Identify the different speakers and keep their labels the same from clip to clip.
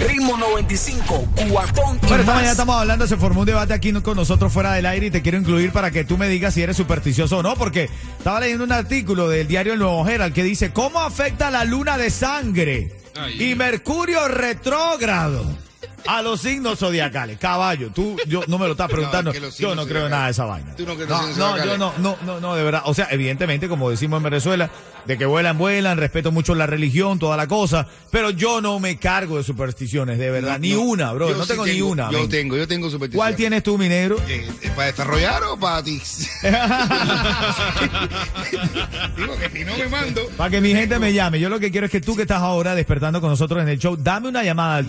Speaker 1: Ritmo 95, Cubatón y
Speaker 2: Bueno, esta mañana
Speaker 1: más.
Speaker 2: estamos hablando, se formó un debate aquí con nosotros fuera del aire y te quiero incluir para que tú me digas si eres supersticioso o no, porque estaba leyendo un artículo del diario El Nuevo Herald que dice, ¿cómo afecta la luna de sangre y Mercurio retrógrado a los signos zodiacales? Caballo, tú, yo no me lo estás preguntando,
Speaker 3: que los
Speaker 2: yo
Speaker 3: signos
Speaker 2: no creo
Speaker 3: zodiacales.
Speaker 2: en nada de esa vaina.
Speaker 3: Tú no crees en
Speaker 2: no,
Speaker 3: los signos
Speaker 2: no, yo
Speaker 3: zodiacales.
Speaker 2: no, no, no, no, de verdad. O sea, evidentemente, como decimos en Venezuela, de que vuelan, vuelan, respeto mucho la religión, toda la cosa, pero yo no me cargo de supersticiones, de verdad, ni
Speaker 3: No,
Speaker 2: una, bro,
Speaker 3: yo
Speaker 2: no
Speaker 3: sí
Speaker 2: tengo, ni una.
Speaker 3: Yo
Speaker 2: men.
Speaker 3: tengo, yo tengo superstición.
Speaker 2: ¿Cuál tienes tú, mi negro?
Speaker 3: Eh, eh, ¿Para desarrollar o para ti? Digo que si no me mando.
Speaker 2: Para que mi gente me llame. Yo lo que quiero es que tú que estás ahora despertando con nosotros en el show, dame una llamada al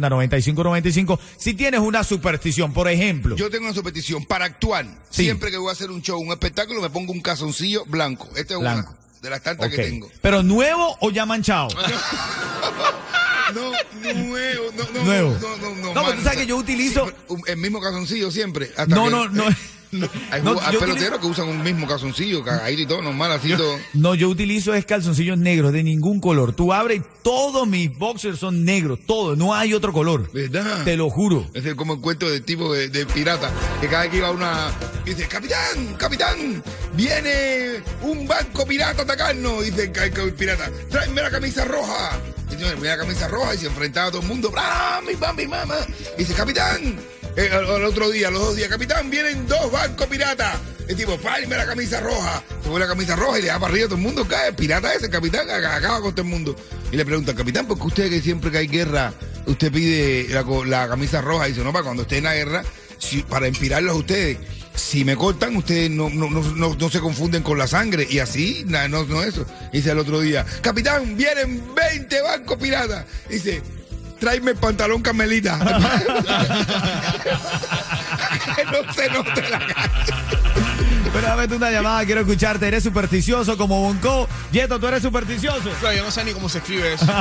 Speaker 2: 305-550-9595 si tienes una superstición. Por ejemplo,
Speaker 3: Yo tengo una superstición. Para actuar,
Speaker 2: Sí.
Speaker 3: siempre que voy a hacer un show, un espectáculo, me pongo un casoncillo blanco. Este es
Speaker 2: Blanco.
Speaker 3: una de las tantas
Speaker 2: Ok.
Speaker 3: que tengo.
Speaker 2: pero nuevo o ya manchado.
Speaker 3: No, nuevo, no, no,
Speaker 2: Nuevo.
Speaker 3: no, no, no.
Speaker 2: No, pero tú sabes que yo utilizo-
Speaker 3: siempre un- um, el mismo casoncillo siempre. hasta
Speaker 2: No,
Speaker 3: que-
Speaker 2: no, no.
Speaker 3: Hay,
Speaker 2: No,
Speaker 3: jug- hay
Speaker 2: yo
Speaker 3: peloteros que usan un mismo casoncillo, cagadito y todo, normal, así todo.
Speaker 2: No, yo utilizo es calzoncillos negros de ningún color. Tú abres y todos mis boxers son negros, todos. No hay otro color.
Speaker 3: ¿Verdad?
Speaker 2: Te lo juro.
Speaker 3: Es como el cuento del tipo de, de pirata, que cada vez que iba a una... y Dice, capitán, capitán, viene un banco pirata a atacarnos. Dice el, ca- el, pirata, tráeme la camisa roja. Y tiene la camisa roja y se enfrentaba a todo el mundo. ¡Bram, mi mamá, mi mamá! Y Dice, capitán, eh, al, al otro día, los dos días, capitán, vienen dos bancos piratas. El tipo, tráeme la camisa roja. Se pone la camisa roja y le da para arriba a todo el mundo. Cae el pirata ese, el capitán, a- acaba con todo el mundo. Y le pregunta, capitán, ¿por qué usted que siempre que hay guerra, usted pide la, co- la camisa roja? Y dice, no, para cuando esté en la guerra, si- para inspirarlos a ustedes. Si me cortan, ustedes no, no, no, no- no se confunden con la sangre. Y así, na- no, no eso. Dice el otro día, capitán, vienen 20 bancos piratas. Dice, tráeme el pantalón Carmelita. Que no se note la cara.
Speaker 2: Pero dame tú una llamada, quiero escucharte. Eres supersticioso como Bonco. Yeto, tú eres supersticioso.
Speaker 4: Claro, yo no sé ni cómo se escribe eso.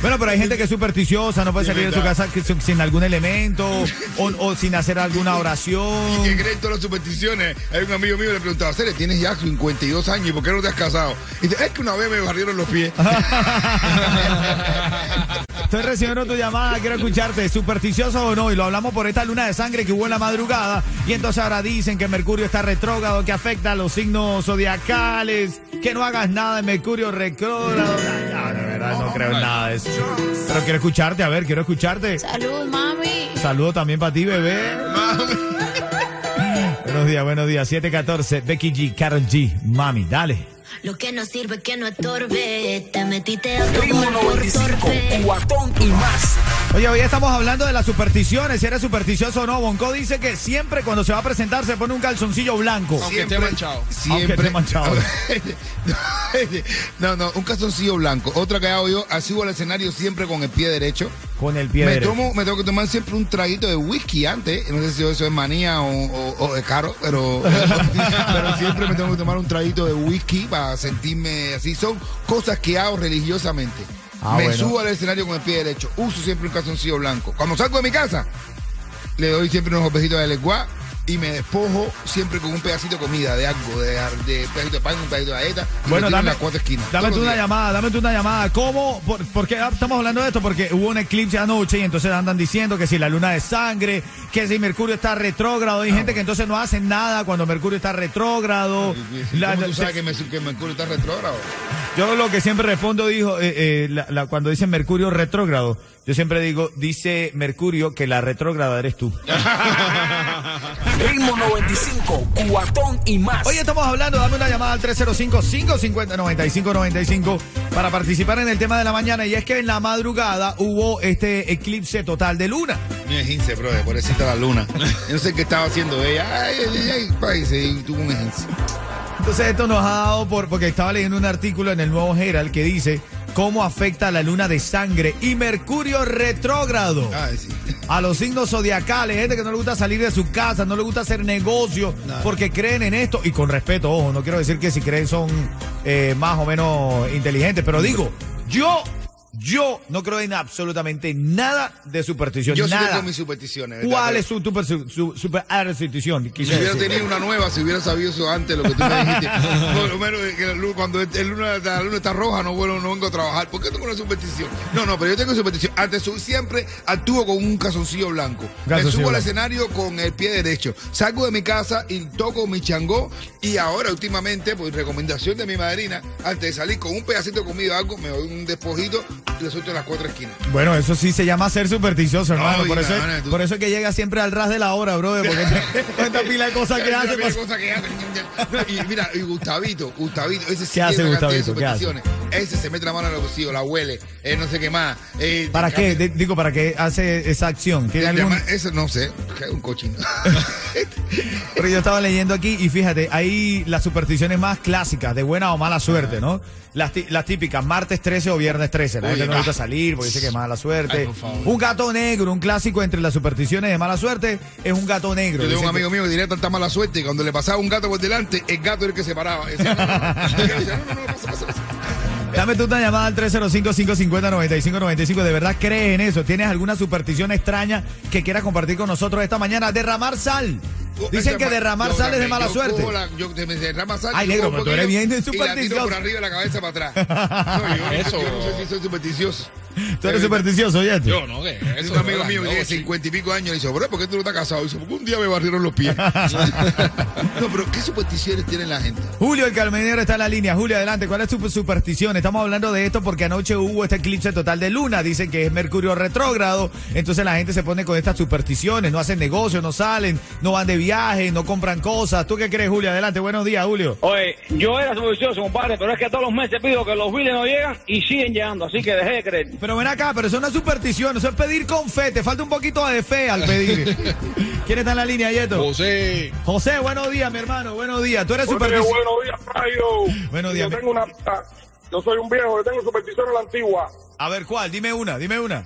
Speaker 2: Bueno, pero hay gente que es supersticiosa, no puede salir de su casa que- sin algún elemento o, o sin hacer alguna
Speaker 3: Y que
Speaker 2: oración.
Speaker 3: creen todas las supersticiones. Hay un amigo mío que le preguntaba, Cere, tienes ya 52 años, ¿y por qué no te has casado? Y dice, es que una vez me barrieron los pies.
Speaker 2: Estoy recibiendo tu llamada, quiero escucharte, supersticioso o no, y lo hablamos por esta luna de sangre que hubo en la madrugada, y entonces ahora dicen que Mercurio está retrógrado, que afecta a los signos zodiacales, que no hagas nada de Mercurio retrógrado. Ay, No, de verdad, no creo en nada de eso. Pero quiero escucharte, a ver, quiero escucharte.
Speaker 5: Salud, mami.
Speaker 2: Saludo también para ti, bebé.
Speaker 3: Ah,
Speaker 2: buenos días, buenos días. 714, Becky G, Carol G, mami, dale.
Speaker 5: Lo que no sirve que no estorbe. Te metiste a tu
Speaker 1: Ritmo
Speaker 5: por
Speaker 1: 95,
Speaker 5: torpe.
Speaker 1: Cubatón y más.
Speaker 2: Oye, hoy estamos hablando de las supersticiones, si eres supersticioso o no. Bonco dice que siempre cuando se va a presentar se pone un calzoncillo blanco.
Speaker 4: Aunque esté manchado.
Speaker 2: Aunque esté manchado.
Speaker 3: no, no, un calzoncillo blanco. Otra que hago yo, así voy al escenario siempre con el pie derecho.
Speaker 2: Con el pie
Speaker 3: me
Speaker 2: derecho.
Speaker 3: tomo, me tengo que tomar siempre un traguito de whisky antes. No sé si eso es manía o, o- o es caro, pero, pero siempre me tengo que tomar un traguito de whisky para sentirme así. Son cosas que hago religiosamente.
Speaker 2: Ah,
Speaker 3: me
Speaker 2: bueno.
Speaker 3: subo al escenario con el pie derecho. Uso siempre un calzoncillo blanco. Cuando salgo de mi casa, le doy siempre unos besitos de lenguá y me despojo siempre con un pedacito de comida, de algo, de, de pedacito de pan, un pedacito de galleta. y me tiro
Speaker 2: Bueno,
Speaker 3: en
Speaker 2: dame,
Speaker 3: las cuatro esquinas.
Speaker 2: dame
Speaker 3: todos
Speaker 2: tú
Speaker 3: los
Speaker 2: una
Speaker 3: días.
Speaker 2: llamada, dame tú una llamada. ¿Cómo? ¿Por, por qué Ah, estamos hablando de esto? Porque hubo un eclipse anoche y entonces andan diciendo que si la luna es sangre, que si Mercurio está retrógrado.
Speaker 3: Ah,
Speaker 2: Hay gente que entonces no hacen nada cuando Mercurio está retrógrado. La-
Speaker 3: ¿Cómo tú sabes
Speaker 2: se-
Speaker 3: que, me, que Mercurio está retrógrado?
Speaker 2: Yo lo que siempre respondo, dijo, eh, eh, la- la- cuando dicen Mercurio retrógrado, yo siempre digo, dice Mercurio que la retrógrada eres tú.
Speaker 1: Ritmo 95, Cubatón y más.
Speaker 2: Hoy estamos hablando, dame una llamada al 305-550-9595 para participar en el tema de la mañana. Y es que en la madrugada hubo este eclipse total de luna.
Speaker 3: Un ejince, brother, pobrecita la luna. Yo no sé qué estaba haciendo ella. Ay, ay, ay, pa, y se- y tuvo un ejince.
Speaker 2: Entonces esto nos ha dado por, porque estaba leyendo un artículo en el Nuevo Herald que dice cómo afecta a la luna de sangre y Mercurio retrógrado.
Speaker 3: Ah, sí.
Speaker 2: A los signos zodiacales, gente que no le gusta salir de su casa, no le gusta hacer negocio, porque creen en esto. Y con respeto, ojo, no quiero decir que si creen son eh, más o menos inteligentes, pero digo, yo, yo no creo en absolutamente nada de superstición.
Speaker 3: Yo sí
Speaker 2: nada.
Speaker 3: tengo mis supersticiones. ¿verdad?
Speaker 2: ¿Cuál es su, tu persu- su- super superstición?
Speaker 3: Si
Speaker 2: Quise
Speaker 3: hubiera
Speaker 2: decir.
Speaker 3: tenido una nueva, si hubiera sabido eso antes, lo que tú me dijiste. Por lo menos eh, que la luna- cuando el- el luna- la luna está roja, no vuelvo, no vengo a trabajar. ¿Por qué tengo una superstición? No, no, pero yo tengo superstición. Antes su- siempre actúo con un calzoncillo blanco. me
Speaker 2: Calzoncillo
Speaker 3: subo al
Speaker 2: blanco.
Speaker 3: escenario con el pie derecho. Salgo de mi casa y toco mi changó. Y ahora, últimamente, por recomendación de mi madrina, antes de salir con un pedacito de comida o algo, me doy un despojito y lo suelto en las cuatro esquinas.
Speaker 2: Bueno, eso sí se llama ser supersticioso,
Speaker 3: No,
Speaker 2: hermano. por,
Speaker 3: y
Speaker 2: eso,
Speaker 3: la gana, tú-
Speaker 2: por eso es que llega siempre al ras de la hora, brother. Porque cuenta pila de cosas que
Speaker 3: Mira,
Speaker 2: hace.
Speaker 3: mira,
Speaker 2: pues-
Speaker 3: cosa que hace. Y mira, y Gustavito, Gustavito, ese sí
Speaker 2: ¿Qué hace
Speaker 3: tiene una cantidad de
Speaker 2: Gustavito? ¿Qué hace?
Speaker 3: supersticiones. Ese se mete la mano en los bolsillos, la huele, eh, no sé qué más. eh,
Speaker 2: ¿Para qué?
Speaker 3: cambia-
Speaker 2: De- digo, ¿para qué hace esa acción? ¿Tiene
Speaker 3: cambia
Speaker 2: algún-
Speaker 3: más. Eso no sé, que es un cochino.
Speaker 2: Pero yo estaba leyendo aquí y fíjate, hay las supersticiones más clásicas, de buena o mala suerte, ¿no? Las, ti- las típicas, martes 13 o viernes 13. La
Speaker 3: Uy,
Speaker 2: gente no le
Speaker 3: ah.
Speaker 2: gusta salir porque dice que es mala suerte.
Speaker 4: Ay, por favor.
Speaker 2: un gato negro, un clásico entre las supersticiones de mala suerte, es un gato negro.
Speaker 3: Yo tengo un
Speaker 2: Dicen que-
Speaker 3: amigo mío que tenía tanta mala suerte que cuando le pasaba un gato por delante, el gato era el que se paraba. Decía, no, no, no, no, no, no, pasa, pasa, pasa.
Speaker 2: Dame tú una llamada al 305-550-9595. ¿De verdad crees en eso? ¿Tienes alguna superstición extraña que quieras compartir con nosotros esta mañana? Derramar sal. Dicen que
Speaker 3: Oh, Yo
Speaker 2: derramar sal es de
Speaker 3: también,
Speaker 2: mala
Speaker 3: yo
Speaker 2: suerte.
Speaker 3: cojo la- yo te- me derrama sal.
Speaker 2: Ay,
Speaker 3: yo
Speaker 2: negro,
Speaker 3: cojo
Speaker 2: pero tú eres
Speaker 3: un poquito
Speaker 2: bien
Speaker 3: Y la tiro por
Speaker 2: supersticioso.
Speaker 3: arriba de la cabeza para atrás. No, yo,
Speaker 4: Eso.
Speaker 3: yo no sé si soy supersticioso.
Speaker 2: Tú eres supersticioso, oye.
Speaker 4: Yo, ¿no? ¿Qué?
Speaker 3: Es
Speaker 4: Eso,
Speaker 3: un amigo
Speaker 4: ¿verdad?
Speaker 3: mío que
Speaker 4: No,
Speaker 3: tiene
Speaker 4: sí.
Speaker 3: cincuenta y pico años y dice, bro, ¿por qué tú no estás casado? Y dice, porque un día me barrieron los pies. no, pero ¿qué supersticiones tiene la gente?
Speaker 2: Julio el Carmenero está en la línea. Julio, adelante. ¿Cuál es tu superstición? Estamos hablando de esto porque anoche hubo este eclipse total de luna. Dicen que es Mercurio retrógrado. Entonces la gente se pone con estas supersticiones. No hacen negocios, no salen, no van de viaje, no compran cosas. ¿Tú qué crees, Julio? Adelante. Buenos días, Julio.
Speaker 6: Oye, yo era supersticioso, compadre, pero es que todos los meses pido que los biles no llegan y siguen llegando, así que dejé de creer.
Speaker 2: Pero ven acá, pero eso no es superstición, eso es pedir con fe. Te falta un poquito de fe al pedir. ¿Quién está en la línea, Yeto?
Speaker 4: José.
Speaker 2: José, buenos días, mi hermano. Buenos días. Tú eres supersticioso.
Speaker 7: Buenos días, Mario.
Speaker 2: Buenos días,
Speaker 7: Yo
Speaker 2: mi-
Speaker 7: tengo una. Yo soy un viejo, yo tengo superstición a la antigua.
Speaker 2: A ver, ¿cuál? Dime una, dime una.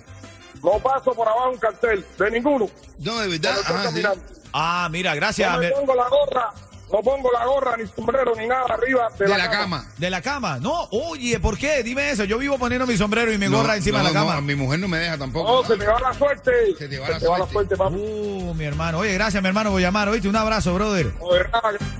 Speaker 7: No paso por abajo un cartel, de ninguno.
Speaker 3: No, de verdad.
Speaker 7: Cuando estoy
Speaker 3: ajá, sí.
Speaker 7: caminando.
Speaker 2: Ah, mira, gracias.
Speaker 7: no me
Speaker 2: mi-
Speaker 7: pongo la gorra, no pongo la gorra, ni sombrero, ni nada arriba de,
Speaker 3: De la cama.
Speaker 2: De la cama. No, oye, ¿por qué? Dime eso. Yo vivo poniendo mi sombrero y mi gorra
Speaker 3: No,
Speaker 2: encima
Speaker 3: no,
Speaker 2: de la
Speaker 3: no,
Speaker 2: cama.
Speaker 3: a mi mujer no me deja tampoco.
Speaker 7: No, se te va la suerte.
Speaker 3: Se te va la suerte.
Speaker 7: papi.
Speaker 2: Uh, mi hermano. Oye, gracias, mi hermano. Voy a llamar, oíste. Un abrazo, brother.
Speaker 7: No, de nada, gracias,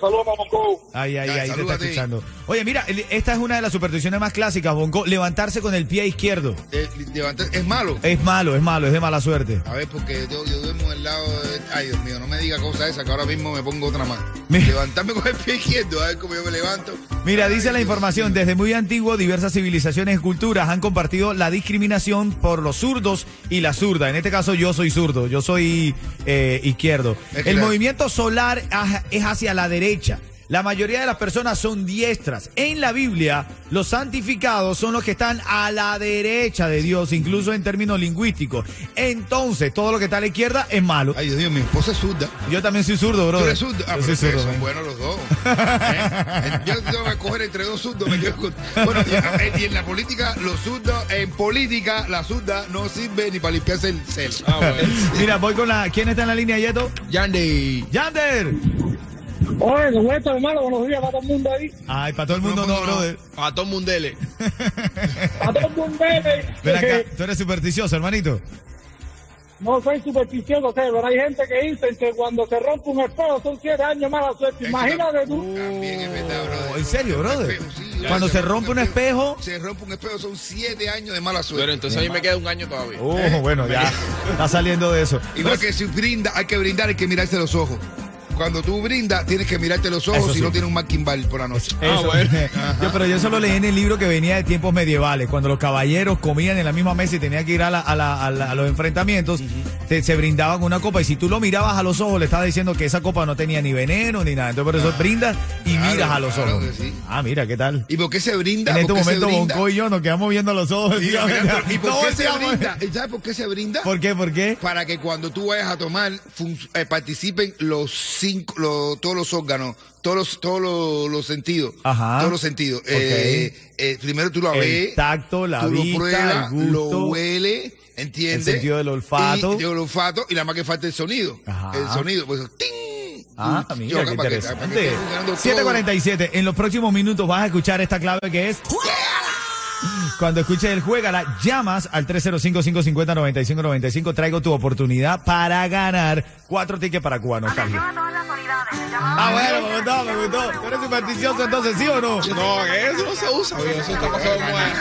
Speaker 7: Saludos, Mamocó.
Speaker 2: Ay, ay,
Speaker 3: Ya,
Speaker 2: ay, te está
Speaker 3: salúdate.
Speaker 2: escuchando. Oye, mira, el- esta es una de las supersticiones más clásicas, Bonco. Levantarse con el pie izquierdo.
Speaker 3: Eh, levantar- es malo.
Speaker 2: Es malo, es malo, es de mala suerte.
Speaker 3: A ver, porque yo, yo duermo del lado de... Ay, Dios mío, no me diga cosa esa, que ahora mismo me pongo otra más.
Speaker 2: Mi-
Speaker 3: Levantarme con el pie izquierdo, a ver cómo yo me levanto.
Speaker 2: Mira,
Speaker 3: Ay,
Speaker 2: dice la
Speaker 3: Dios
Speaker 2: información,
Speaker 3: mío.
Speaker 2: desde muy antiguo diversas civilizaciones y culturas han compartido la discriminación por los zurdos y la zurda. En este caso yo soy zurdo, yo soy eh, izquierdo.
Speaker 3: Es que
Speaker 2: El
Speaker 3: la-
Speaker 2: movimiento solar aj- es hacia la derecha. La mayoría de las personas son diestras. En la Biblia, los santificados son los que están a la derecha de Dios, incluso en términos lingüísticos. Entonces, todo lo que está a la izquierda es malo.
Speaker 3: Ay, Dios mío, mi esposa es zurda.
Speaker 2: Yo también soy zurdo, bro.
Speaker 3: Tú eres zurdo. Ah, pero
Speaker 2: yo soy
Speaker 3: ustedes
Speaker 2: zurdo.
Speaker 3: son
Speaker 2: man.
Speaker 3: buenos los dos. ¿eh? Yo tengo que coger entre dos zurdos. Me quedo con... Bueno, y, a ver, y en la política, los zurdos, en política, la zurda no sirve ni para limpiarse el cel.
Speaker 4: Ah, bueno.
Speaker 2: Mira, voy con la... ¿Quién está en la línea, Yeto?
Speaker 4: Yandy.
Speaker 2: ¡Yander!
Speaker 6: Oye, supuesto, hermano, buenos días para todo el mundo ahí.
Speaker 2: Ay, para todo el mundo no, brother.
Speaker 4: A Tom Mundele.
Speaker 6: A todo el mundo, eh,
Speaker 2: Ven acá, tú eres supersticioso, hermanito.
Speaker 6: no soy supersticioso, o sea, pero hay gente que dice que cuando se rompe un espejo son siete años mala suerte. Imagínate tú.
Speaker 3: También es verdad, brother.
Speaker 2: Oh, ¿en serio, brother?
Speaker 3: Espejo, sí, ya
Speaker 2: Cuando se rompe un espejo-
Speaker 3: Se rompe un espejo, son siete años de mala suerte.
Speaker 4: Pero entonces a mí me queda un año todavía.
Speaker 2: Oh, bueno, ya está saliendo de eso.
Speaker 3: Igual que si brinda, hay que brindar, hay que mirarse los ojos. Cuando tú brindas, tienes que mirarte los ojos
Speaker 2: Eso
Speaker 3: si
Speaker 2: sí.
Speaker 3: no tienes un marking ball por la noche.
Speaker 2: Eso.
Speaker 4: bueno.
Speaker 2: Yo, pero yo solo leí en el libro que venía de tiempos medievales, cuando los caballeros comían en la misma mesa y tenían que ir a, la- a la- a la- a los enfrentamientos, te- se brindaban una copa y si tú lo mirabas a los ojos le estaba diciendo que esa copa no tenía ni veneno ni nada. Entonces por eso brindas y
Speaker 3: Ah,
Speaker 2: y
Speaker 3: Claro,
Speaker 2: miras a los
Speaker 3: claro
Speaker 2: ojos.
Speaker 3: que sí.
Speaker 2: Ah, mira, ¿qué tal?
Speaker 3: ¿Y por qué se brinda?
Speaker 2: En este
Speaker 3: ¿Por qué se
Speaker 2: momento,
Speaker 3: brinda?
Speaker 2: Bonco y yo nos quedamos viendo a los ojos.
Speaker 3: Y, mira, pero, ¿y por
Speaker 2: No
Speaker 3: qué se
Speaker 2: volteamos.
Speaker 3: brinda? ¿Y ¿Sabes por qué se brinda?
Speaker 2: ¿Por qué? ¿Por qué?
Speaker 3: Para que cuando tú vayas a tomar fun- eh, participen los cinco, los- todos los órganos, todos los, todos los, los sentidos,
Speaker 2: Ajá.
Speaker 3: todos los sentidos. Eh, eh, primero tú la
Speaker 2: El
Speaker 3: ves,
Speaker 2: tacto, la
Speaker 3: tú
Speaker 2: vista,
Speaker 3: lo pruebas,
Speaker 2: el gusto,
Speaker 3: lo huele, ¿entiendes?
Speaker 2: el sentido del olfato.
Speaker 3: y, del olfato y la más que falta el sonido,
Speaker 2: Ajá.
Speaker 3: el sonido, pues ting.
Speaker 2: Ah,
Speaker 3: Yo
Speaker 2: mira,
Speaker 3: acá
Speaker 2: qué
Speaker 3: para que- para que
Speaker 2: interesante.
Speaker 3: esté funcionando todo.
Speaker 2: 747. En los próximos minutos vas a escuchar esta clave que es. Cuando escuches el juégala, llamas al 305-550-9595. Traigo tu oportunidad para ganar cuatro tickets para Cuba Nostalgia. Ah, bueno, me gustó, me gustó. Tú eres supersticioso entonces, ¿sí o no?
Speaker 4: No, eso no se usa, oye, Eso está pasado de moda.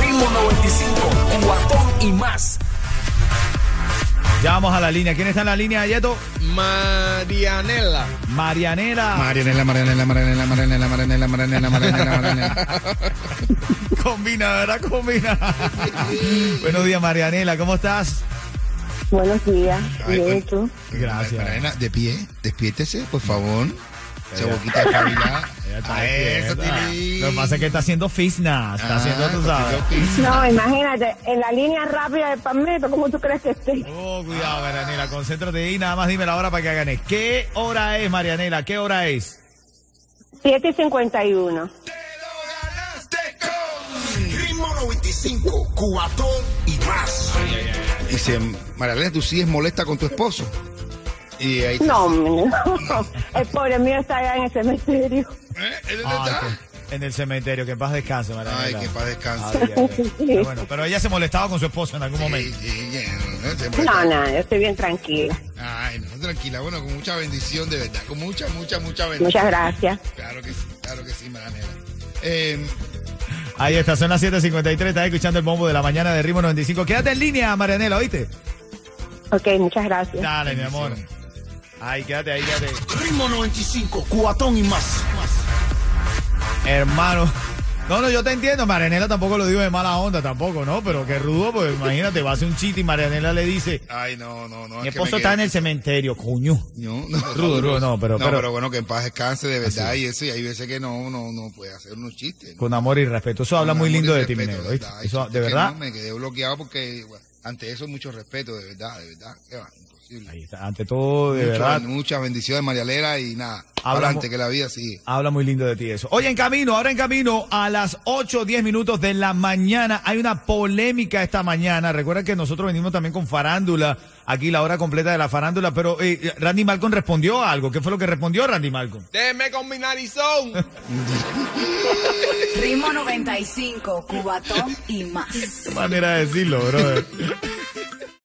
Speaker 1: Ritmo 95, cuatón y más.
Speaker 2: Ya vamos a la línea. ¿Quién está en la línea, Yeto?
Speaker 4: Marianela.
Speaker 2: Marianela.
Speaker 8: Marianela, Marianela, Marianela, Marianela, Marianela, Marianela, Marianela, Marianela.
Speaker 2: Combina, ¿verdad? Combina. Buenos días, Marianela. ¿Cómo estás?
Speaker 9: Buenos días,
Speaker 3: Ay,
Speaker 9: de
Speaker 3: bueno.
Speaker 9: hecho.
Speaker 2: Gracias.
Speaker 3: Mariana, de pie, despiértese, por favor. Esa boquita espabilada. A eso, Tini.
Speaker 2: Lo que pasa es que está haciendo fitness. Está
Speaker 3: Ah,
Speaker 2: haciendo, tú sabes.
Speaker 9: No, imagínate, en la línea rápida de Palmetto, ¿cómo tú crees que esté?
Speaker 2: Oh, cuidado, Marianela. Concéntrate y nada más dime la hora para que ganes. ¿Qué hora es, Marianela? ¿Qué hora es?
Speaker 9: 7 y 51.
Speaker 1: Ritmo 95, cuatón y más.
Speaker 3: Dice, Mariana, tú sigues molesta con tu esposo. Y ahí está.
Speaker 9: No, hombre, no. el pobre mío está allá en el cementerio.
Speaker 3: ¿Eh? ¿Él dónde
Speaker 2: Ah,
Speaker 3: está?
Speaker 2: que- en el cementerio. Que en paz descanse, Marianela.
Speaker 3: Ay, que en paz descanse.
Speaker 2: Ay, ay, ay. Pero bueno, pero ella se molestaba con su esposo en algún momento.
Speaker 3: Sí, sí, yeah, no, se
Speaker 9: No,
Speaker 3: molesta.
Speaker 9: no, yo estoy bien tranquila.
Speaker 3: Ay, no, tranquila. Bueno, con mucha bendición, de verdad. Con mucha, mucha, mucha bendición.
Speaker 9: Muchas gracias.
Speaker 3: Claro que sí, claro que sí, Marianela. Eh,
Speaker 2: Ahí está, son las 7.53. Estás escuchando el bombo de la mañana de Ritmo 95. Quédate en línea, Marianela, ¿oíste?
Speaker 9: Ok, muchas gracias.
Speaker 2: Dale, mi amor. Ay, quédate ahí, quédate.
Speaker 1: Ritmo 95, cuatón y más.
Speaker 2: Hermano. No, no, yo te entiendo. Marianela tampoco lo digo de mala onda, tampoco, ¿no? Pero qué rudo, pues imagínate, va a hacer un chiste y Marianela le dice,
Speaker 3: ay, no, no, no.
Speaker 2: mi
Speaker 3: es que me
Speaker 2: esposo
Speaker 3: quedé-
Speaker 2: está en el cementerio, coño.
Speaker 3: No, no.
Speaker 2: Rudo, rudo, no, pero-
Speaker 3: No,
Speaker 2: pero-
Speaker 3: pero, bueno, que en paz descanse de verdad y eso, y hay veces que no, no, no puede hacer unos chistes. ¿no?
Speaker 2: Con amor y respeto. Eso habla
Speaker 3: Con
Speaker 2: muy
Speaker 3: amor y
Speaker 2: lindo de ti,
Speaker 3: respeto,
Speaker 2: Minero, ¿oíste?
Speaker 3: verdad. Hay
Speaker 2: Eso,
Speaker 3: chistes
Speaker 2: de
Speaker 3: que
Speaker 2: verdad.
Speaker 3: no, me quedé bloqueado porque bueno, ante eso mucho respeto, de verdad, de verdad. Qué va, imposible.
Speaker 2: Ahí está. Ante todo, de
Speaker 3: Mucho-
Speaker 2: verdad.
Speaker 3: Muchas bendiciones, María Lera, y nada.
Speaker 2: Hablamos-
Speaker 3: Adelante, que la vida sigue.
Speaker 2: Habla muy lindo de ti eso. Oye, en camino, ahora en camino, a las 8 o 10 minutos de la mañana, hay una polémica esta mañana. Recuerda que nosotros venimos también con farándula, aquí la hora completa de la farándula, pero eh, Randy Malcolm respondió a algo. ¿Qué fue lo que respondió Randy Malcolm?
Speaker 4: Déjeme con mi narizón.
Speaker 10: Ritmo 95, Cubatón y más.
Speaker 2: Qué manera de decirlo, brother.